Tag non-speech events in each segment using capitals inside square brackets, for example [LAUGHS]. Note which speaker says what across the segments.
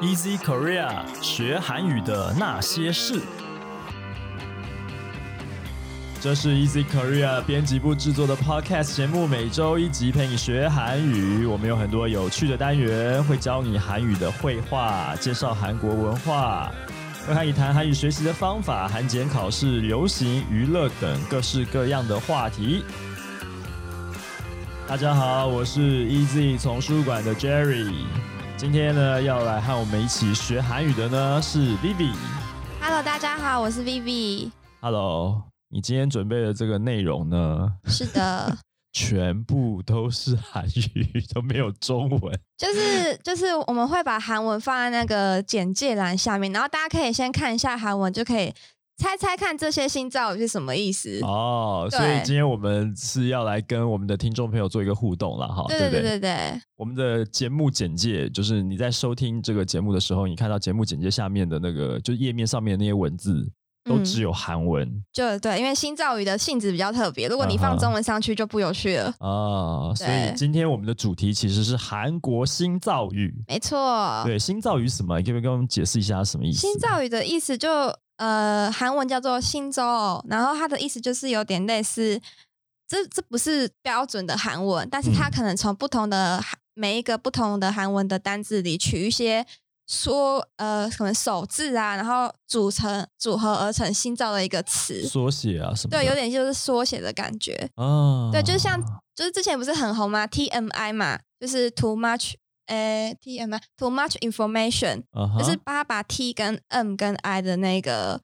Speaker 1: Easy Korea 学韩语的那些事。这是 Easy Korea 编辑部制作的 podcast 节目，每周一集陪你学韩语。我们有很多有趣的单元，会教你韩语的绘画，介绍韩国文化，会和你谈韩语学习的方法、韩检考试、流行娱乐等各式各样的话题。大家好，我是 Easy 丛书馆的 Jerry。今天呢，要来和我们一起学韩语的呢是 Vivi。
Speaker 2: Hello，大家好，我是 Vivi。
Speaker 1: Hello，你今天准备的这个内容呢，
Speaker 2: 是的， [LAUGHS]
Speaker 1: 全部都是韩语，都没有中
Speaker 2: [LAUGHS]
Speaker 1: 文。
Speaker 2: 就是就是我们会把韩文放在那个简介栏下面，然后大家可以先看一下韩文，就可以猜猜看这些新造语是什么意思。
Speaker 1: 哦，
Speaker 2: 对
Speaker 1: 所以今天我们是要来跟我们的听众朋友做一个互动啦，哈，
Speaker 2: 对
Speaker 1: 不
Speaker 2: 对对对对，
Speaker 1: 我们的节目简介就是你在收听这个节目的时候，你看到节目简介下面的那个，就页面上面的那些文字，都
Speaker 2: 嗯
Speaker 1: 只有韩文。
Speaker 2: 就对，因为新造语的性质比较特别，如果你
Speaker 1: 啊哈
Speaker 2: 放中文上去就不有趣了。
Speaker 1: 啊，所以
Speaker 2: 对
Speaker 1: 今天我们的主题其实是韩国新造语。
Speaker 2: 没错，
Speaker 1: 对，新造语是什么？你可不可以跟我们解释一下它什么意思？
Speaker 2: 新造语的意思就呃，韩文叫做新州，然后它的意思就是有点类似，这这不是标准的韩文，但是它
Speaker 1: 嗯
Speaker 2: 可能从不同的韩每一个不同的韩文的单字里取一些说呃可能首字啊，然后组成组合而成新造的一个词，
Speaker 1: 缩写啊什么的？
Speaker 2: 对，有点就是缩写的感觉，
Speaker 1: 啊，
Speaker 2: 对，就是像就是之前不是很红吗？TMI 嘛，就是 too much，诶 t m i too much information，
Speaker 1: 啊哈，
Speaker 2: 就是把它把 T 跟 M 跟 I 的那个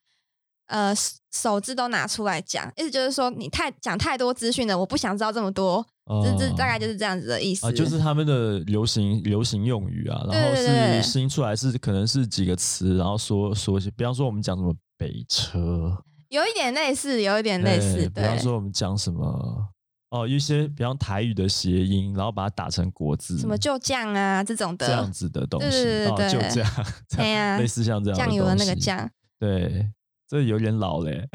Speaker 2: 呃手手字都拿出来讲，意思就是说你太讲太多资讯了，我不想知道这么多，这这
Speaker 1: 哦
Speaker 2: 大概就是这样子的意思。
Speaker 1: 啊，就是他们的流行流行用语啊，然后
Speaker 2: 对对对
Speaker 1: 是新出来是可能是几个词，然后缩缩写，比方说我们讲什么北车，
Speaker 2: 有一点类似，有一点类
Speaker 1: 哎
Speaker 2: 似，
Speaker 1: 比方
Speaker 2: 对，
Speaker 1: 说我们讲什么哦，一些比方台语的谐音，然后把它打成国字，
Speaker 2: 什么就酱啊这种
Speaker 1: 这样
Speaker 2: 的，
Speaker 1: 子的东
Speaker 2: 对
Speaker 1: 西，
Speaker 2: 对对
Speaker 1: 哦，
Speaker 2: 对
Speaker 1: 就这样，这
Speaker 2: 哎
Speaker 1: 样
Speaker 2: 呀
Speaker 1: 类似像这样
Speaker 2: 酱油的那个
Speaker 1: 东西，
Speaker 2: 酱。
Speaker 1: 对，这有点老嘞。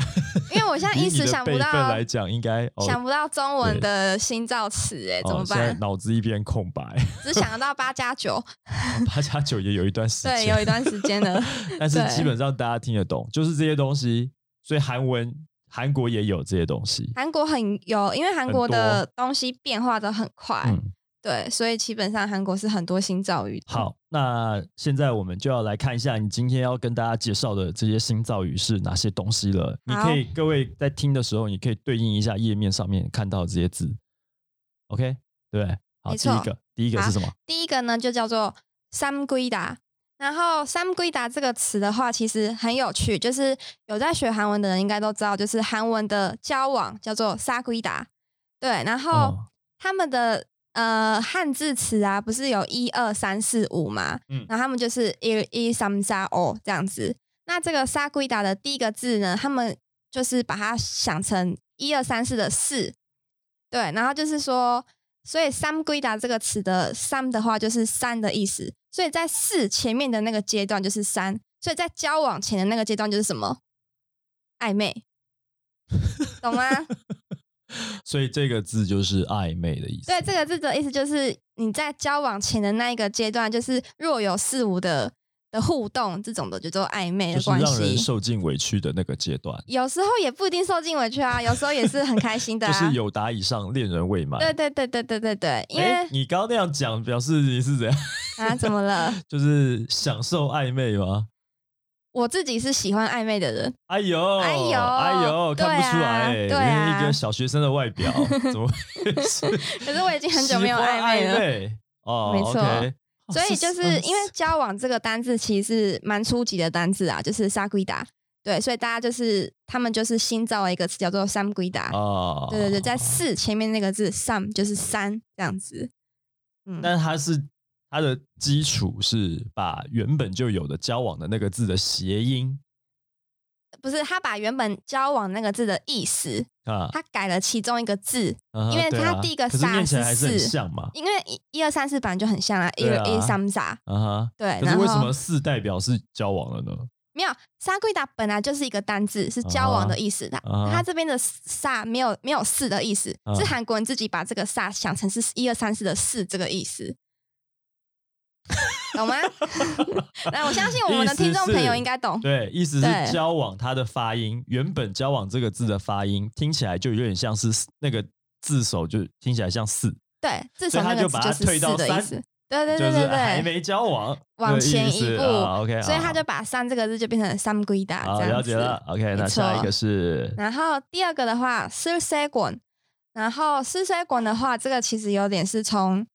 Speaker 2: 因为我现在
Speaker 1: 以
Speaker 2: 一
Speaker 1: 你
Speaker 2: 时
Speaker 1: 的
Speaker 2: 想
Speaker 1: 辈
Speaker 2: 不
Speaker 1: 分
Speaker 2: 到
Speaker 1: 来，讲，应该哦
Speaker 2: 想不到中文
Speaker 1: 对
Speaker 2: 的新造词，哎，怎
Speaker 1: 哦
Speaker 2: 么
Speaker 1: 现在
Speaker 2: 办？
Speaker 1: 脑子一片空白。
Speaker 2: 只想得到八加九，
Speaker 1: 八加九也有一段时
Speaker 2: 对，
Speaker 1: 间，
Speaker 2: 有一段时间了。
Speaker 1: 但是
Speaker 2: 对
Speaker 1: 基本上大家听得懂，就是这些东西。所以韩文韩国也有这些东西。
Speaker 2: 韩国很有，因为韩
Speaker 1: 很
Speaker 2: 国的东西变化的很快，
Speaker 1: 嗯，
Speaker 2: 对，所以基本上韩国是很多新造语的。
Speaker 1: 好，那现在我们就要来看一下你今天要跟大家介绍的这些新造语是哪些东西了。你
Speaker 2: 好
Speaker 1: 可以各位在听的时候，你可以对应一下页面上面看到的这些字。OK，对不对？好，
Speaker 2: 没
Speaker 1: 第
Speaker 2: 错
Speaker 1: 一个，第一个
Speaker 2: 好
Speaker 1: 是什么？
Speaker 2: 第一个呢就叫做三归达，然后三归达这个词的话，其实很有趣，就是有在学韩文的人应该都知道，就是韩文的交往叫做沙归达，对，然后
Speaker 1: 哦
Speaker 2: 他们的呃汉字词啊，不是有一二三四五吗？
Speaker 1: 嗯
Speaker 2: 然后他们就是一一三三哦这样子。那这个沙圭达的第一个字呢，他们就是把它想成一二三四的四，对，然后就是说，所以三圭达这个词的三的话就是三的意思，所以在四前面的那个阶段就是三，所以在交往前的那个阶段就是什么暧昧，懂吗？
Speaker 1: 所以这个字就是暧昧的意思。
Speaker 2: 对，这个字的意思就是你在交往前的那一个阶段，就是若有似无的的互动，这种的就做暧昧
Speaker 1: 就
Speaker 2: 的
Speaker 1: 是
Speaker 2: 关
Speaker 1: 让人
Speaker 2: 系。
Speaker 1: 受尽委屈的那个阶段，
Speaker 2: 有时候也不一定受尽委屈啊，有时候也是很开心的
Speaker 1: 就
Speaker 2: 啊。
Speaker 1: 是有达以上恋人未满。
Speaker 2: 对对对对对对对，因为、
Speaker 1: 诶你刚刚那样讲，表示你是怎样？ [LAUGHS]
Speaker 2: 啊，怎么了？
Speaker 1: 就是享受暧昧吗？
Speaker 2: 我自己是喜欢暧昧的人，
Speaker 1: 哎呦，
Speaker 2: 哎呦
Speaker 1: 哎呦，
Speaker 2: 对
Speaker 1: 看
Speaker 2: 啊
Speaker 1: 不出来、欸，
Speaker 2: 对啊
Speaker 1: 因为一个小学生的外
Speaker 2: [LAUGHS]
Speaker 1: 表，怎么会是
Speaker 2: 可是我已经 [LAUGHS] 很久没有
Speaker 1: 喜欢
Speaker 2: 暧
Speaker 1: 昧
Speaker 2: 昧了。 [LAUGHS]
Speaker 1: 哦，
Speaker 2: 没错
Speaker 1: OK 哦
Speaker 2: 所以就是因为
Speaker 1: 嗯
Speaker 2: 交往这个单字其实是蛮初级的单字啊，就是沙圭达。对，所以大家就是他们就是新造了一个词叫做三圭达。
Speaker 1: 哦，
Speaker 2: 对对对，在四前面那个字 “some” 就是三这样子。嗯，
Speaker 1: 但它是它的基础是把原本就有的交往的那个字的谐音
Speaker 2: 不是他把原本交往那个字的意思，
Speaker 1: 啊，
Speaker 2: 他改了其中一个字，
Speaker 1: 嗯哼
Speaker 2: 因为
Speaker 1: 对啊
Speaker 2: 它第一个
Speaker 1: 可是
Speaker 2: 沙
Speaker 1: 念起来
Speaker 2: 是
Speaker 1: 还是很
Speaker 2: 四
Speaker 1: 像嘛，
Speaker 2: 因为一、一二、三、四本来就很像啊，一、
Speaker 1: 对啊
Speaker 2: 一、三、三。
Speaker 1: 啊哈。
Speaker 2: 对，
Speaker 1: 可是
Speaker 2: 然
Speaker 1: 为什么
Speaker 2: 后
Speaker 1: 四代表是交往了呢？
Speaker 2: 没有沙圭达本来就是一个单字，是交往的意思的。
Speaker 1: 啊哈
Speaker 2: 他这边的沙没有没有四的意思，
Speaker 1: 啊
Speaker 2: 是韩
Speaker 1: [LAUGHS]
Speaker 2: 国人自己把这个沙想成是一二三四的四这个意思。懂吗？ [LAUGHS] 那我相信我们的听众朋友应该懂。
Speaker 1: 对，意思
Speaker 2: 对
Speaker 1: 是交往它的发音，原本交往这个字的发音听起来就有点像是那个字首，就听起来像四，
Speaker 2: 对，自
Speaker 1: 所以
Speaker 2: 从
Speaker 1: 他
Speaker 2: 那
Speaker 1: 就
Speaker 2: 个
Speaker 1: 把
Speaker 2: 字
Speaker 1: 它
Speaker 2: 就是
Speaker 1: 推到
Speaker 2: 四的意
Speaker 1: 三
Speaker 2: 思。对对
Speaker 1: 就
Speaker 2: 对
Speaker 1: 是
Speaker 2: 对
Speaker 1: 还
Speaker 2: 对，
Speaker 1: 没交往，
Speaker 2: 往前一步
Speaker 1: 啊、OK，
Speaker 2: 所以他
Speaker 1: 好
Speaker 2: 就把三这个字就变成三归达
Speaker 1: 好
Speaker 2: 这
Speaker 1: 了
Speaker 2: 样
Speaker 1: 解
Speaker 2: 子。
Speaker 1: 了。OK，那
Speaker 2: 没错
Speaker 1: 下一个是
Speaker 2: 然后第二个的话是水滚，然后是水滚的话，这个其实有点是从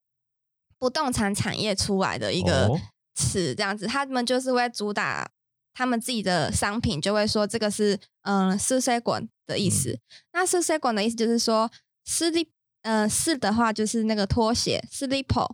Speaker 2: 不动产产业出来的一
Speaker 1: 一
Speaker 2: 个词，这样子，他们就是会主打他们自己的商品，就会说这个是嗯是水滚的意思。那是水滚的意思就是说是力，嗯、呃、是的话就是那个拖鞋是 lipo。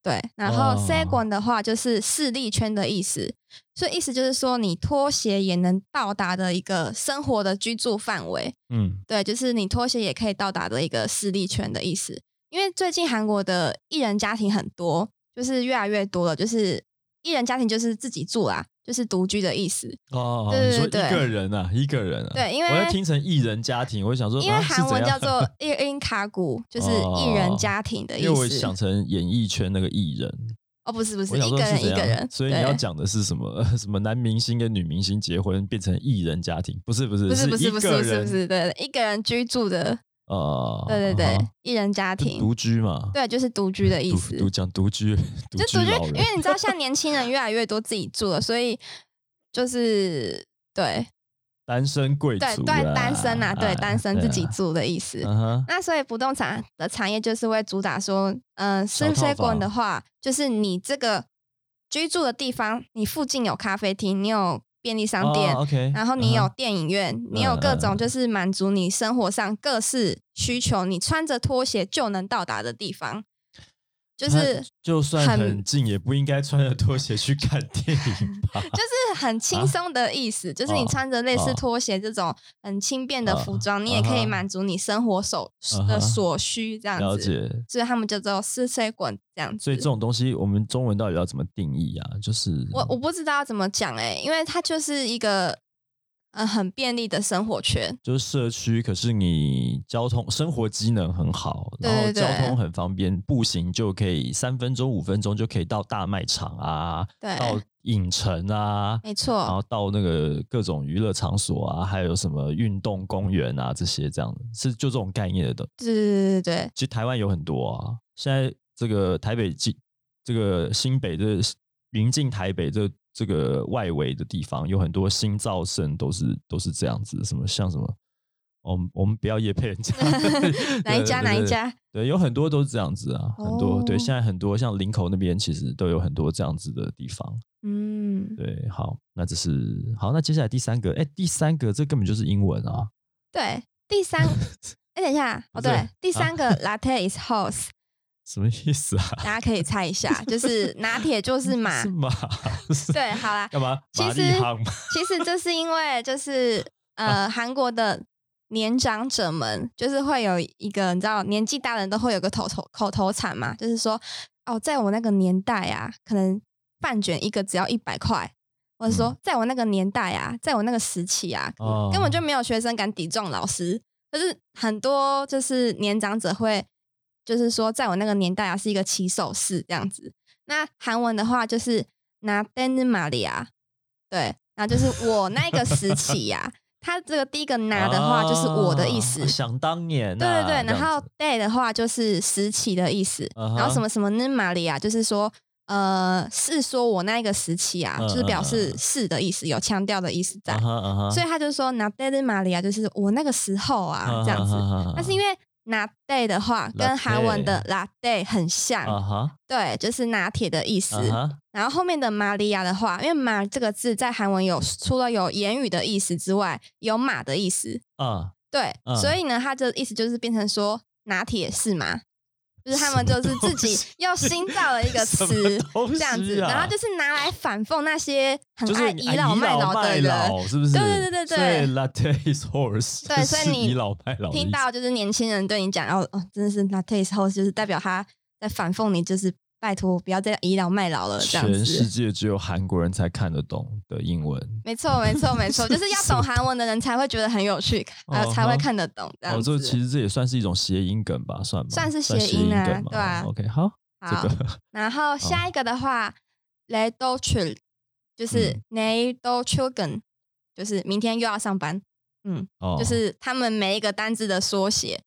Speaker 2: 对，然后
Speaker 1: 哦
Speaker 2: s e g o n 的话就是视力圈的意思，所以意思就是说，你拖鞋也能到达的一个生活的居住范围，
Speaker 1: 嗯
Speaker 2: 对，就是你拖鞋也可以到达的一个势力圈的意思。因为最近韩国的艺人家庭很多，就是越来越多了，就是艺人家庭就是自己住啦，就是独居的意思。
Speaker 1: 哦，
Speaker 2: 对
Speaker 1: 你说
Speaker 2: 对
Speaker 1: 一
Speaker 2: 对
Speaker 1: 个人啊，一个人啊，
Speaker 2: 对因为
Speaker 1: 我要听成艺人家庭，我想说
Speaker 2: 因为
Speaker 1: 啊是
Speaker 2: 韩文
Speaker 1: 怎样
Speaker 2: 叫
Speaker 1: 哦
Speaker 2: 做“一音卡古”，就是艺人家庭的意
Speaker 1: 因为
Speaker 2: 思。
Speaker 1: 我想成演艺圈那个艺人，
Speaker 2: 哦，不是不是，
Speaker 1: 我想
Speaker 2: 一
Speaker 1: 说
Speaker 2: 个人
Speaker 1: 是
Speaker 2: 一
Speaker 1: 怎
Speaker 2: 个
Speaker 1: 样
Speaker 2: 人，
Speaker 1: 所以你要
Speaker 2: 对
Speaker 1: 讲的是什么？ [LAUGHS] 什么男明星跟女明星结婚变成艺人家庭？不是不是
Speaker 2: 不是不是
Speaker 1: 一
Speaker 2: 不是
Speaker 1: 个
Speaker 2: 不是
Speaker 1: 人
Speaker 2: 不是，对，一个人居住的，
Speaker 1: 哦，
Speaker 2: 对对对
Speaker 1: 啊，
Speaker 2: 一人家
Speaker 1: 就
Speaker 2: 庭，
Speaker 1: 独居嘛，
Speaker 2: 对，就是独居的意
Speaker 1: 独
Speaker 2: 思。
Speaker 1: 独讲独居，独
Speaker 2: 就
Speaker 1: 居
Speaker 2: 独居，
Speaker 1: 老人
Speaker 2: 因为你知道现在年轻人越来越多自己住了，所以就是对
Speaker 1: 单身贵
Speaker 2: 对
Speaker 1: 族
Speaker 2: 对单身啊，对
Speaker 1: 哎
Speaker 2: 单身
Speaker 1: 对
Speaker 2: 自己
Speaker 1: 啊
Speaker 2: 住的意思。
Speaker 1: 嗯哼，
Speaker 2: 那所以不动产的产业就是会主打说，嗯、呃，
Speaker 1: 小
Speaker 2: 深
Speaker 1: 套
Speaker 2: 水滚
Speaker 1: 房
Speaker 2: 的话，就是你这个居住的地方，你附近有咖啡厅，你有便利商店，
Speaker 1: 哦，OK，
Speaker 2: 然后你
Speaker 1: 嗯
Speaker 2: 有
Speaker 1: 哼
Speaker 2: 电影院，你有各
Speaker 1: 嗯嗯
Speaker 2: 种
Speaker 1: 嗯
Speaker 2: 就是满足你生活上各式需求，你穿着拖鞋就能到达的地方，就
Speaker 1: 他
Speaker 2: 是
Speaker 1: 就算
Speaker 2: 很
Speaker 1: 很近，也不应该穿着拖鞋去看电影吧？
Speaker 2: 就是很轻松的意思，就是你
Speaker 1: 哦
Speaker 2: 穿着类似
Speaker 1: 哦
Speaker 2: 拖鞋这种很轻便的服
Speaker 1: 哦
Speaker 2: 装，你也可
Speaker 1: 啊哈
Speaker 2: 以满足你生活所
Speaker 1: 啊哈
Speaker 2: 的所需， [LAUGHS] 这样
Speaker 1: 了
Speaker 2: 子。
Speaker 1: 解。
Speaker 2: 所以他们叫做四岁滚这样子。
Speaker 1: 所以这种东西，我们中文到底要怎么定义啊？就是
Speaker 2: 我我不知道要怎么讲哎、因为它就是一个嗯很便利的生活圈，
Speaker 1: 就是社区，可是你交通生活机能很好，然后
Speaker 2: 对对
Speaker 1: 交
Speaker 2: 对
Speaker 1: 通很方便，步行就可以三分钟、五分钟就可以到大卖场啊，
Speaker 2: 对，
Speaker 1: 到影城啊，
Speaker 2: 没
Speaker 1: 然
Speaker 2: 错，
Speaker 1: 后到那个各种娱乐场所啊，还有什么运动公园啊，这些这样的，是就这种概念的东。
Speaker 2: 对对对对对，
Speaker 1: 其实台湾有很多啊，现在这个台北近，这个新北这临近台北这这个外围的地方，有很多新造镇都是都是这样子，什么像什么。我们我们不要夜配人家 [LAUGHS]
Speaker 2: [LAUGHS] 哪一家
Speaker 1: 对
Speaker 2: 哪一？
Speaker 1: 对对
Speaker 2: 家？
Speaker 1: 对，有很多都是这样子啊，很多对，
Speaker 2: 哦
Speaker 1: 现在很多像林口那边其实都有很多这样子的地方。
Speaker 2: 嗯，
Speaker 1: 对，好，那这是好，那接下来第三个，哎，第三个这根本就是英文啊，
Speaker 2: 对，第
Speaker 1: [LAUGHS]
Speaker 2: 三，哎、等一下，
Speaker 1: 不
Speaker 2: 哦
Speaker 1: 是
Speaker 2: 对，第
Speaker 1: 啊
Speaker 2: 三个 latte is horse。
Speaker 1: 什么意思啊？
Speaker 2: 大家可以猜一下，就是拿铁就是
Speaker 1: [LAUGHS]
Speaker 2: 马
Speaker 1: 是。马，
Speaker 2: 对，好啦，
Speaker 1: 干嘛？
Speaker 2: 其
Speaker 1: 马
Speaker 2: 实
Speaker 1: 力夯吗？
Speaker 2: 其实这是因为就是呃，韩国的年长者们就是会有一个你知道，年纪大的人都会有个口头口头禅嘛，就是说哦，在我那个年代啊，可能饭卷一个只要一百块。或者说
Speaker 1: 嗯，
Speaker 2: 在我那个年代啊，在我那个时期啊，
Speaker 1: 哦
Speaker 2: 根本就没有学生敢抵撞老师。可是很多就是年长者会，就是说，在我那个年代啊，是一个起手式这样子。那韩文的话就是拿 d a n m a 啊，对，然后就是我那个时期呀、
Speaker 1: [LAUGHS]
Speaker 2: 它这个第一个拿的话
Speaker 1: 哦
Speaker 2: 就是我的意思，
Speaker 1: 啊想当年、啊，
Speaker 2: 对对对，
Speaker 1: 这样
Speaker 2: 然后
Speaker 1: 子
Speaker 2: day 的话就是时期的意思，
Speaker 1: 嗯哼
Speaker 2: 然后什么什么 n m a 啊，就是说。呃，是说我那一个时期啊，
Speaker 1: 嗯
Speaker 2: 就是表
Speaker 1: 嗯
Speaker 2: 示
Speaker 1: 嗯嗯
Speaker 2: 是的意思，有腔调的意思在
Speaker 1: 啊。哈啊哈，
Speaker 2: 所
Speaker 1: 以
Speaker 2: 以他就说拿 day 的玛利亚就是我那个时候
Speaker 1: 嗯
Speaker 2: 啊这样子。但是因为拿 day 的话跟韩文的 latte 很
Speaker 1: 啊
Speaker 2: 像，
Speaker 1: 哈
Speaker 2: 对，就是拿铁的意思
Speaker 1: 啊。哈，
Speaker 2: 然后后面的玛利亚的话，因为马这个字在韩文有除了有言语的意思之外，有马的意思，
Speaker 1: 啊，
Speaker 2: 对，
Speaker 1: 嗯
Speaker 2: 所以呢，它的意思就是变成说拿铁是马。就是他
Speaker 1: 什
Speaker 2: 们就
Speaker 1: 么
Speaker 2: 是自己
Speaker 1: 东西
Speaker 2: 又新造了一个
Speaker 1: [LAUGHS] 什
Speaker 2: 词
Speaker 1: 么东，
Speaker 2: 这样子，
Speaker 1: 西啊
Speaker 2: 然后就是拿来反讽那些很
Speaker 1: 就是
Speaker 2: 爱
Speaker 1: 你
Speaker 2: 倚
Speaker 1: 啊
Speaker 2: 老卖
Speaker 1: 老
Speaker 2: 老的人，
Speaker 1: 老是不是？
Speaker 2: 对对对对对
Speaker 1: 所以 latte is horse，
Speaker 2: 对所以
Speaker 1: 是
Speaker 2: 你
Speaker 1: 倚老卖老的意思，
Speaker 2: 听到就是年轻人对你讲，哦哦，真的是 latte is host，就是代表他在反讽你，就是拜托不要再倚老卖老了这样
Speaker 1: 全世
Speaker 2: 子。
Speaker 1: 界只有韩国人才看得懂的英文。
Speaker 2: 没错，没错，没错，就是要懂韩文的人才会觉得很有趣，还有才会看得懂这
Speaker 1: 哦，
Speaker 2: 样子。
Speaker 1: 这其实这也算是一种谐音梗吧，算吗？
Speaker 2: 算是
Speaker 1: 谐
Speaker 2: 谐音啊
Speaker 1: 梗嘛
Speaker 2: 对啊
Speaker 1: 哦 OK，好，这
Speaker 2: 好，
Speaker 1: 个
Speaker 2: 然后下一个的话，雷都 l 就是
Speaker 1: 嗯
Speaker 2: 雷都 l 根，就是明天又要上班。嗯，
Speaker 1: 哦，
Speaker 2: 就是他们每一个单字的缩写，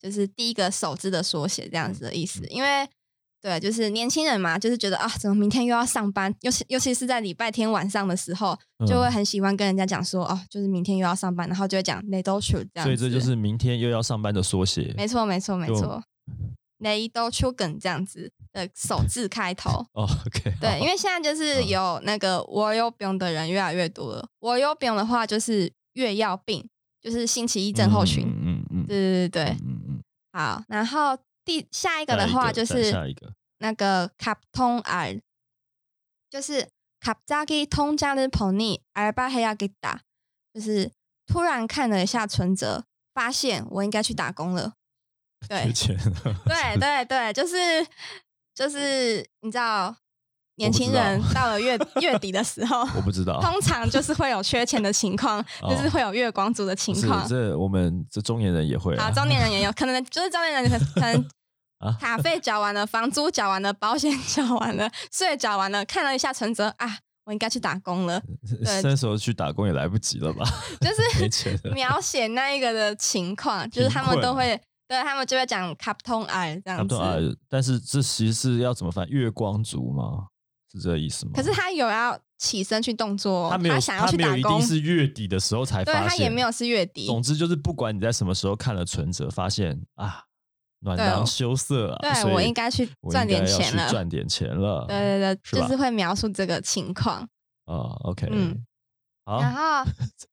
Speaker 2: 就是第一个首字的缩写这样子的意
Speaker 1: 嗯
Speaker 2: 思。因为对，就是年轻人嘛，就是觉得啊，怎么明天又要上班？尤其尤其是在礼拜天晚上的时候，就会
Speaker 1: 嗯
Speaker 2: 很喜欢跟人家讲说，哦，就是明天又要上班，然后就会讲 n a d o c h u 这样
Speaker 1: 所
Speaker 2: 子。
Speaker 1: 以这就是明天又要上班的缩写。
Speaker 2: 没错，没错，没
Speaker 1: 就
Speaker 2: 错 n a d o c h u 这样子的首字开
Speaker 1: [LAUGHS]
Speaker 2: 头。
Speaker 1: 哦，OK，
Speaker 2: 对，
Speaker 1: 好
Speaker 2: 因为现在就是
Speaker 1: 嗯
Speaker 2: 有那个我有病的人越来越多了。我有病的话就是月要病，就是星期一症候群。
Speaker 1: 嗯嗯嗯，嗯
Speaker 2: 对对对对，
Speaker 1: 嗯嗯嗯。
Speaker 2: 好。然后第下一个
Speaker 1: 再
Speaker 2: 的
Speaker 1: 一
Speaker 2: 话就
Speaker 1: 再下
Speaker 2: 是
Speaker 1: 一个，
Speaker 2: 那个 cap ton r，就是갑자기통장을보니알바해야겠다，就是突然看了一下存折，发现我应该去打工了。对
Speaker 1: 缺钱 [LAUGHS] 了。
Speaker 2: 对对对，就是就是你知道，年
Speaker 1: 我不
Speaker 2: 轻
Speaker 1: 知道
Speaker 2: 人到
Speaker 1: [LAUGHS]
Speaker 2: 了月月底的时候，
Speaker 1: 我不知道，哦
Speaker 2: 通常就是会有缺钱的情
Speaker 1: [LAUGHS]
Speaker 2: 况，就是会有月光族的情
Speaker 1: 是
Speaker 2: 况。
Speaker 1: 这我们这中年人也会啊 [LAUGHS]
Speaker 2: 好，中年人也有可能，就是中年人可可能
Speaker 1: 啊
Speaker 2: 卡费缴完了，房租缴完了，保险 [LAUGHS] 缴完了，税缴完了，看了一下存折啊，我应该去打
Speaker 1: [LAUGHS]
Speaker 2: 工了，对
Speaker 1: 那时候去打工也来不及了吧？
Speaker 2: 就
Speaker 1: 没
Speaker 2: 是
Speaker 1: 钱
Speaker 2: [LAUGHS]
Speaker 1: 了。
Speaker 2: 描写那一个的情况，就是他们
Speaker 1: 贫困
Speaker 2: 都会，对他们就会讲卡通 I 这
Speaker 1: 差
Speaker 2: 样
Speaker 1: 不多。
Speaker 2: 子
Speaker 1: 啊，但是这其实是要怎么翻？月光族吗？是这意思吗？
Speaker 2: 可是他有要起身去动作哦，
Speaker 1: 他没有，
Speaker 2: 想要去
Speaker 1: 没有
Speaker 2: 打
Speaker 1: 一
Speaker 2: 工
Speaker 1: 定，是月底的时候才
Speaker 2: 对
Speaker 1: 发现，
Speaker 2: 他也没有是月底，
Speaker 1: 总之就是，不管你在什么时候看了存折，发现啊，暖
Speaker 2: 对
Speaker 1: 囊
Speaker 2: 我
Speaker 1: 羞涩啊，
Speaker 2: 对
Speaker 1: 所以
Speaker 2: 我应该去
Speaker 1: 我应
Speaker 2: 赚点
Speaker 1: 该要
Speaker 2: 钱
Speaker 1: 去
Speaker 2: 了
Speaker 1: 赚点钱了。
Speaker 2: 对对对，
Speaker 1: 是吧
Speaker 2: 就是会描述这个情况。
Speaker 1: 啊，OK，
Speaker 2: 嗯
Speaker 1: 好，[LAUGHS]
Speaker 2: 然后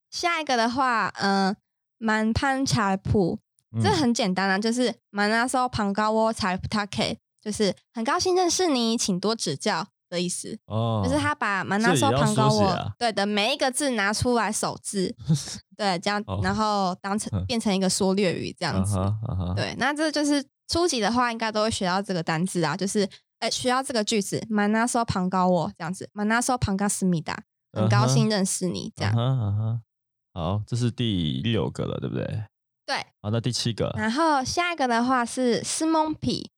Speaker 2: 下一个的话，嗯、满潘查普，
Speaker 1: 嗯
Speaker 2: 这很简单啊，就是满那索旁高哦窝查普塔 K，就是很高兴认识你，请多指教的意思。
Speaker 1: 哦，
Speaker 2: 就是他把满那
Speaker 1: 这
Speaker 2: 索
Speaker 1: 也要
Speaker 2: 旁高
Speaker 1: 缩写
Speaker 2: 窝、
Speaker 1: 啊
Speaker 2: 对的每一个字拿出来首
Speaker 1: [LAUGHS]
Speaker 2: 字，对，这样
Speaker 1: 哦
Speaker 2: 然后当成
Speaker 1: 嗯
Speaker 2: 变成一个缩略语这样
Speaker 1: 啊
Speaker 2: 子。
Speaker 1: 哈啊哈，
Speaker 2: 对，那这就是初级的话，应该都会学到这个单字啊，就是哎、学到这个句子，满那索旁高窝这样子，满那索旁高思密达，很高兴认识你这样
Speaker 1: 啊。哈啊哈，好，这是第六个了，对不对？
Speaker 2: 对，
Speaker 1: 好，那第七个，
Speaker 2: 然后下一个的话是斯蒙皮，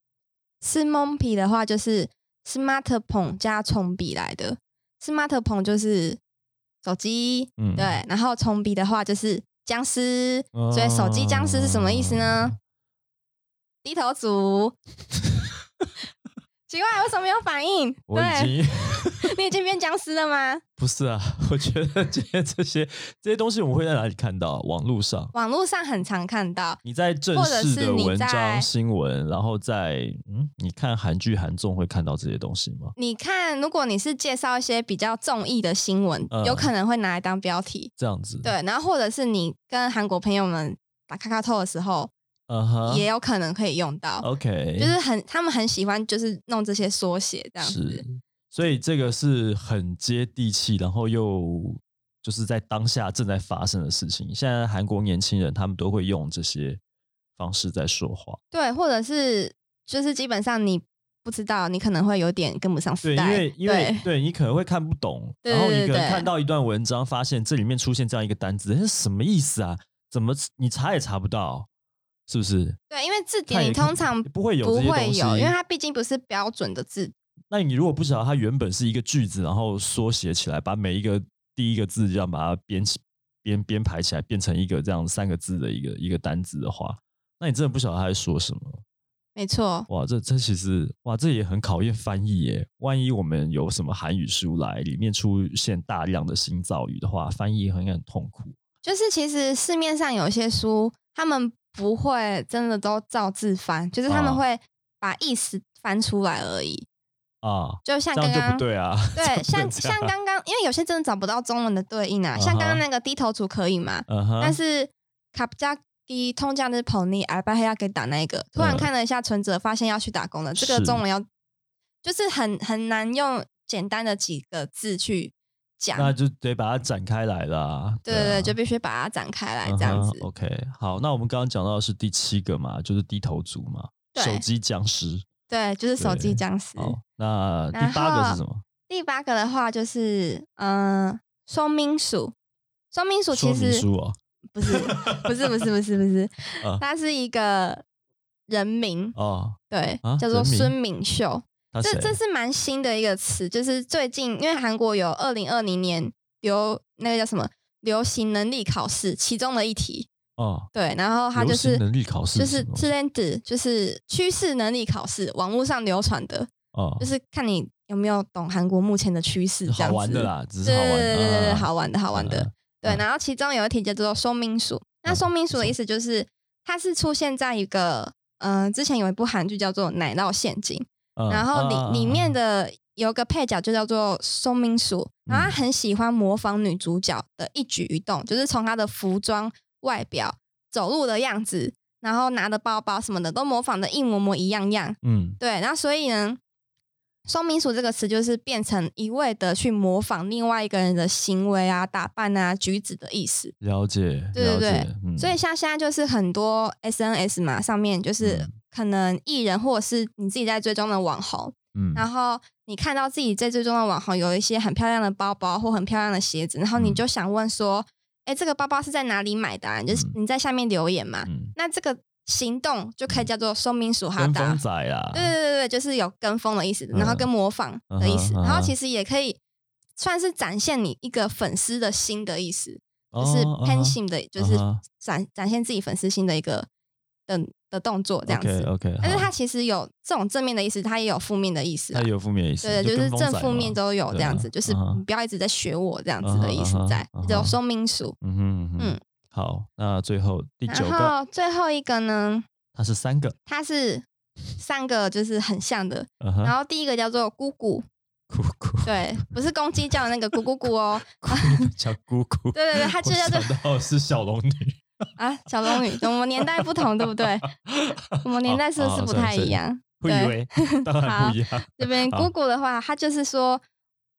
Speaker 2: 斯蒙皮的话就是 smartphone 加重笔来的，smartphone 就是手机，
Speaker 1: 嗯哦
Speaker 2: 对，然后重笔的话就是僵尸，所以手机僵尸是什么意思呢？低头
Speaker 1: [LAUGHS]
Speaker 2: 族。奇怪，为什么没有反应？
Speaker 1: 我已
Speaker 2: 对，
Speaker 1: 经 [LAUGHS]
Speaker 2: [LAUGHS] 你已经变僵尸了吗？
Speaker 1: 不是啊，我觉得今天这些这些东西我们会在哪里看到？网络上。
Speaker 2: 网络上很常看到，
Speaker 1: 你在正
Speaker 2: 或者
Speaker 1: 式
Speaker 2: 是
Speaker 1: 的
Speaker 2: 你
Speaker 1: 文章、
Speaker 2: 在
Speaker 1: 新闻，然后在嗯，你看韩剧、韩综会看到这些东西吗？
Speaker 2: 你看，如果你是介绍一些比较综艺的新闻，
Speaker 1: 嗯
Speaker 2: 有可能会拿来当标题。
Speaker 1: 这样子，，
Speaker 2: 对，然后或者是你跟韩国朋友们打卡卡透的时候，
Speaker 1: 嗯哼
Speaker 2: 也有可能可以用到。
Speaker 1: ，OK，
Speaker 2: 就是很，他们很喜欢，就是弄这些缩写这样
Speaker 1: 是
Speaker 2: 子。，
Speaker 1: 所以这个是很接地气，然后又就是在当下正在发生的事情。现在韩国年轻人他们都会用这些方式在说话，
Speaker 2: 对，或者是就是基本上你不知道，你可能会有点跟不上
Speaker 1: 对，
Speaker 2: 时
Speaker 1: 因
Speaker 2: 代。
Speaker 1: 为因为对你可能会看不懂，
Speaker 2: 对
Speaker 1: 然后你
Speaker 2: 对
Speaker 1: 可能
Speaker 2: 对
Speaker 1: 看到一段文章，发现这里面出现这样一个单字，这是什么意思啊？怎么你查也查不到，是不是？
Speaker 2: 对，因为字
Speaker 1: 看
Speaker 2: 典
Speaker 1: 也
Speaker 2: 你
Speaker 1: 看
Speaker 2: 通常
Speaker 1: 不会有
Speaker 2: 不
Speaker 1: 这些
Speaker 2: 会
Speaker 1: 东西
Speaker 2: 有，因为它毕竟不是标准的字。
Speaker 1: 那你如果不晓得它原本是一个句子，然后缩写起来，把每一个第一个字这样把它编起编编排起来，变成一个这样三个字的一个一个单字的话，那你真的不晓得他在说什么。
Speaker 2: 没错，
Speaker 1: 哇，这这其实哇，这也很考验翻译耶。万一我们有什么韩语书来，里面出现大量的新造语的话，翻译很很痛苦。
Speaker 2: 就是其实市面上有些书，他们不会真的都照字翻，就是他们
Speaker 1: 啊
Speaker 2: 会把意思翻出来而已。
Speaker 1: 啊，
Speaker 2: 就像
Speaker 1: 这
Speaker 2: 刚
Speaker 1: 样就
Speaker 2: 刚
Speaker 1: 不对啊！ [LAUGHS] 这
Speaker 2: 对
Speaker 1: 样不能
Speaker 2: 像
Speaker 1: 这样
Speaker 2: 像刚刚，因为有些真的找不到中文的对应啊，像刚
Speaker 1: 啊哈
Speaker 2: 刚那个低头族可以嘛，
Speaker 1: 嗯哼，
Speaker 2: 但是卡布加基通假日捧你阿巴黑要给打那一个，突然
Speaker 1: 嗯
Speaker 2: 看了一下存折，发现要去打工了，这
Speaker 1: 是
Speaker 2: 个中文要就是很很难用简单的几个字去讲，
Speaker 1: 那就得把它展开来啦。
Speaker 2: 对对对，
Speaker 1: 啊
Speaker 2: 就必须把它展开来这样
Speaker 1: 嗯
Speaker 2: 子
Speaker 1: 哼。OK，好，那我们刚刚讲到的是第七个嘛，就是低头族嘛，
Speaker 2: 对
Speaker 1: 手机僵尸。
Speaker 2: 对，就是手
Speaker 1: 对
Speaker 2: 机僵尸。
Speaker 1: 好，那第
Speaker 2: 然
Speaker 1: 八个
Speaker 2: 后
Speaker 1: 是什么？
Speaker 2: 第八个的话就是，嗯、说明书。说明书其
Speaker 1: 说明
Speaker 2: 实
Speaker 1: 书哦，
Speaker 2: 不是，不是，不是，不是，
Speaker 1: [LAUGHS]
Speaker 2: 不是
Speaker 1: 啊，
Speaker 2: 它是一个人名，
Speaker 1: 哦，
Speaker 2: 对
Speaker 1: 啊，
Speaker 2: 叫做
Speaker 1: 人名
Speaker 2: 孙敏秀。
Speaker 1: 他谁
Speaker 2: 这？这是蛮新的一个词，就是最近因为韩国有二零二零年流那个叫什么流行能力考试其中的一题，
Speaker 1: 哦，
Speaker 2: 对，然后它
Speaker 1: 流
Speaker 2: 就
Speaker 1: 行
Speaker 2: 是
Speaker 1: 能力考试
Speaker 2: 就是
Speaker 1: 什
Speaker 2: 是
Speaker 1: 么
Speaker 2: 自恋子就是趋势能力考试，网络上流传的，
Speaker 1: 哦
Speaker 2: 就，是看你有没有懂韩国目前的趋势，这样
Speaker 1: 好
Speaker 2: 子
Speaker 1: 玩的，啦，只是
Speaker 2: 对对
Speaker 1: 好玩，
Speaker 2: 对对对，
Speaker 1: 啊
Speaker 2: 好玩的好玩的，，对
Speaker 1: 嗯。
Speaker 2: 然后其中有一题叫做说明书，
Speaker 1: 嗯
Speaker 2: 那说明书的
Speaker 1: 是
Speaker 2: 意思就是它是出现在一个呃，之前有一部韩剧叫做《奶酪陷阱》。
Speaker 1: 嗯
Speaker 2: 然后里里面，的有个配角就叫做松明鼠，然
Speaker 1: 嗯
Speaker 2: 后他很喜欢模仿女主角的一举一动，就是从她的服装、外表、走路的样子，然后拿的包包什么的都模仿的一模模一样样。
Speaker 1: 嗯
Speaker 2: 对，然后所以呢，松明鼠这个词就是变成一味的去模仿另外一个人的行为啊、打扮啊、举止的意思。
Speaker 1: 嗯，了解，
Speaker 2: 对对
Speaker 1: 了
Speaker 2: 对
Speaker 1: 解，嗯
Speaker 2: 所以像现在就是很多 SNS 嘛，上面就是
Speaker 1: 嗯
Speaker 2: 可能艺人或者是你自己在追踪的网红，
Speaker 1: 嗯，
Speaker 2: 然后你看到自己在追踪的网红有一些很漂亮的包包或很漂亮的鞋子，然后你
Speaker 1: 嗯
Speaker 2: 就想问说：“哎、这个包包是在哪里买的、啊？”你就是
Speaker 1: 嗯
Speaker 2: 你在下面留言嘛。
Speaker 1: 嗯，
Speaker 2: 那这个行动就可以叫做说明属哈
Speaker 1: 跟
Speaker 2: 达
Speaker 1: 风，仔啊，
Speaker 2: 对对对对，就是有跟风的意思，
Speaker 1: 嗯
Speaker 2: 然后跟模仿的意思，
Speaker 1: 嗯哼嗯哼
Speaker 2: 然后其实也可以算是展现你一个粉丝的心的意思，
Speaker 1: 哦，
Speaker 2: 就是
Speaker 1: 嗯哼
Speaker 2: pen 心的，就是
Speaker 1: 嗯哼
Speaker 2: 展展现自己粉丝心的一个的的动作这样子。
Speaker 1: OK，呃
Speaker 2: 但是它其实有这种正面的意思，它也有负面的意思、啊
Speaker 1: 它。有负面意思，
Speaker 2: 对，就
Speaker 1: 跟
Speaker 2: 是
Speaker 1: 风
Speaker 2: 正
Speaker 1: 仔
Speaker 2: 负
Speaker 1: 嘛
Speaker 2: 面都有这样子，
Speaker 1: 对啊
Speaker 2: 就是
Speaker 1: 嗯哼
Speaker 2: 你不要一直在学我这样
Speaker 1: 嗯
Speaker 2: 子
Speaker 1: 哼
Speaker 2: 的意思
Speaker 1: 嗯哼
Speaker 2: 在
Speaker 1: 嗯哼，
Speaker 2: 有说明书。
Speaker 1: 嗯哼嗯哼
Speaker 2: 嗯，
Speaker 1: 好，那最后第九
Speaker 2: 然
Speaker 1: 个，
Speaker 2: 后最后一个呢，
Speaker 1: 它是三个，
Speaker 2: 它是三个就是很像的，
Speaker 1: 嗯哼，
Speaker 2: 然后第一个叫做姑姑，
Speaker 1: 姑
Speaker 2: [LAUGHS]
Speaker 1: 姑，
Speaker 2: 对，不是公鸡叫的那个咕咕咕
Speaker 1: [LAUGHS]
Speaker 2: 哦，
Speaker 1: 叫姑姑，
Speaker 2: 对对
Speaker 1: [LAUGHS]
Speaker 2: 对，它
Speaker 1: 我
Speaker 2: 就叫做
Speaker 1: 想到是小龙
Speaker 2: [LAUGHS]
Speaker 1: 女，
Speaker 2: 啊小龙女，我们年代不同，对不对？我们年代是不
Speaker 1: 哦
Speaker 2: 是
Speaker 1: 哦
Speaker 2: 不
Speaker 1: 是
Speaker 2: 太
Speaker 1: 是
Speaker 2: 一样？
Speaker 1: 不以哦
Speaker 2: 对
Speaker 1: 为，当然不一样，
Speaker 2: 这边
Speaker 1: 好
Speaker 2: 姑姑的话，它就是说。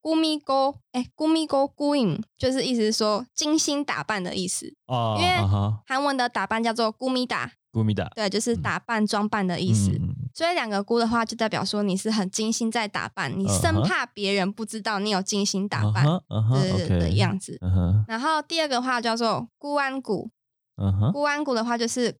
Speaker 2: 咕咪咕，哎，咕咪咕咕影，就是意思是说精心打扮的意思。
Speaker 1: 哦，
Speaker 2: 因为
Speaker 1: 啊哈，
Speaker 2: 韩文的打扮叫做咕咪打，
Speaker 1: 古米达
Speaker 2: 对，就是
Speaker 1: 嗯
Speaker 2: 打扮、装扮的意思。
Speaker 1: 嗯
Speaker 2: 所以两个菇的话，就代表说你是很精心在打扮，你
Speaker 1: 嗯哼
Speaker 2: 生怕别人不知道你有精心打
Speaker 1: 嗯
Speaker 2: 扮
Speaker 1: 哼嗯哼
Speaker 2: 对对对的
Speaker 1: OK
Speaker 2: 样子。
Speaker 1: 嗯哼，
Speaker 2: 然后第二个话叫做菇安谷，
Speaker 1: 嗯哼，
Speaker 2: 菇安谷的话就是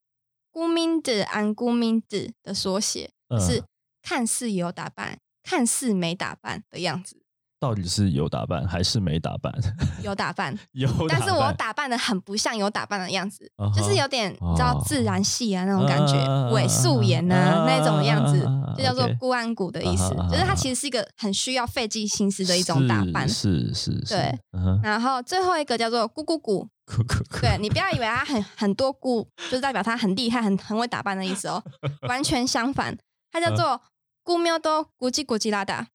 Speaker 2: 菇民子安菇民子的缩写，
Speaker 1: 嗯
Speaker 2: 是看似有打扮，看似没打扮的样子，
Speaker 1: 到底是有打扮还是没打扮？ [LAUGHS]
Speaker 2: 有打扮，
Speaker 1: 有打扮，
Speaker 2: 嗯但是我打扮的很不像有打扮的样子，
Speaker 1: 嗯哼
Speaker 2: 就是有点你知道
Speaker 1: 哦
Speaker 2: 自然系啊那种感
Speaker 1: 嗯嗯嗯嗯
Speaker 2: 觉，伪素颜啊
Speaker 1: 嗯
Speaker 2: 那种样子
Speaker 1: 嗯嗯嗯嗯，
Speaker 2: 就叫做
Speaker 1: OK
Speaker 2: 孤安谷的意思
Speaker 1: 嗯嗯嗯，
Speaker 2: 就是它其实是一个很需要费尽心思的一种打扮。
Speaker 1: 是是是，是
Speaker 2: 对，
Speaker 1: 嗯哼，
Speaker 2: 然后最后一个叫做咕咕咕，
Speaker 1: 咕咕咕，
Speaker 2: 对你不要以为它很很多咕，就是代表它很厉害、很很会打扮的意思哦，完全相反，它叫做咕喵多咕叽咕叽拉达。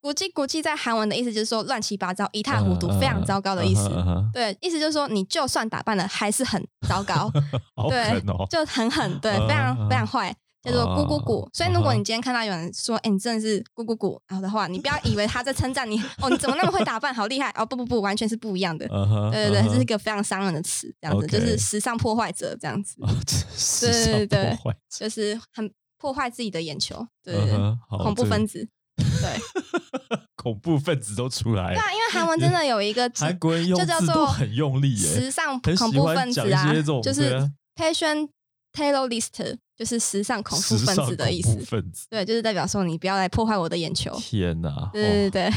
Speaker 2: 咕叽咕叽在韩文的意思就是说乱七八糟、一塌糊涂、非常糟糕的意思。
Speaker 1: 嗯嗯哼嗯哼
Speaker 2: [LAUGHS] 对，意思就是说你就算打扮了，还是很糟糕。
Speaker 1: 好
Speaker 2: 对
Speaker 1: 狠哦，
Speaker 2: 就很狠，对，
Speaker 1: 嗯
Speaker 2: 非常非常坏，叫做咕咕咕
Speaker 1: 哦。
Speaker 2: 所以如果你今天看到有人说，哎，你真的是咕咕咕，然后的话，你不要以为他在称赞你，哦，你怎么那么会打扮，好厉害，哦，不不不，完全是不一样的。
Speaker 1: 嗯哼，
Speaker 2: 对对
Speaker 1: 嗯
Speaker 2: 对，
Speaker 1: 哼
Speaker 2: 这是一个非常伤人的词，这样子
Speaker 1: OK
Speaker 2: 就是时尚破坏者，这样子
Speaker 1: 哦这是
Speaker 2: 对对对
Speaker 1: 小破坏者
Speaker 2: 就是很破坏自己的眼球，对
Speaker 1: 嗯
Speaker 2: 对对，
Speaker 1: 哼好
Speaker 2: 恐怖
Speaker 1: 这
Speaker 2: 分子。
Speaker 1: [LAUGHS]
Speaker 2: 对
Speaker 1: 恐怖分子都出来
Speaker 2: 对
Speaker 1: 了，
Speaker 2: 啊，因为韩文真的有一个
Speaker 1: 韩国人用
Speaker 2: 就叫
Speaker 1: 字都
Speaker 2: 做
Speaker 1: 很用力耶，
Speaker 2: 时尚
Speaker 1: 很
Speaker 2: 恐
Speaker 1: 喜
Speaker 2: 怖
Speaker 1: 欢
Speaker 2: 分子
Speaker 1: 讲一
Speaker 2: 啊
Speaker 1: 些这种，
Speaker 2: 就
Speaker 1: 对
Speaker 2: 是
Speaker 1: 啊
Speaker 2: passion terrorist，就是时尚恐怖
Speaker 1: 时
Speaker 2: 分
Speaker 1: 尚
Speaker 2: 子的意
Speaker 1: 恐
Speaker 2: 思
Speaker 1: 怖。分子，
Speaker 2: 对，就是代表说你不要来破坏我的眼球。
Speaker 1: 天哪，
Speaker 2: 对对
Speaker 1: 哦
Speaker 2: 对，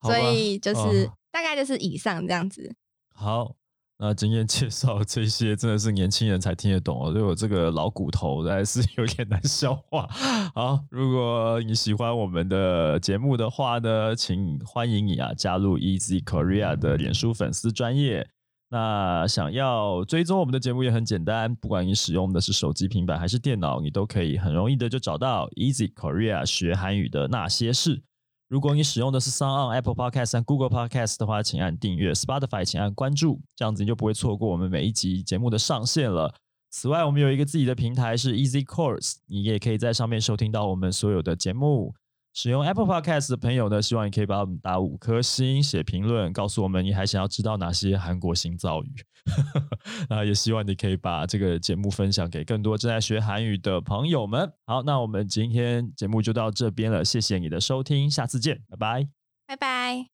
Speaker 1: 好
Speaker 2: 所
Speaker 1: 吧
Speaker 2: 以就是、
Speaker 1: 哦
Speaker 2: 大概就是以上这样子。
Speaker 1: 好，那今天介绍这些真的是年轻人才听得懂哦，对我这个老骨头还是 [LAUGHS] 有点难消化。好，如果你喜欢我们的节目的话呢，请欢迎你啊加入 Easy Korea 的脸书粉丝专业。那想要追踪我们的节目也很简单，不管你使用的是手机、平板还是电脑，你都可以很容易的就找到 Easy Korea 学韩语的那些事。如果你使用的是 s o n on Apple Podcast 和 Google Podcast 的话，请按订阅；Spotify 请按关注，这样子你就不会错过我们每一集节目的上线了。此外，我们有一个自己的平台是 Easy Course，你也可以在上面收听到我们所有的节目。使用 Apple Podcast 的朋友呢，希望你可以把我们打五颗星，写评论，告诉我们你还想要知道哪些韩国新造语。 [LAUGHS] 那也希望你可以把这个节目分享给更多正在学韩语的朋友们。好，那我们今天节目就到这边了，谢谢你的收听，下次见，拜拜。
Speaker 2: 拜拜。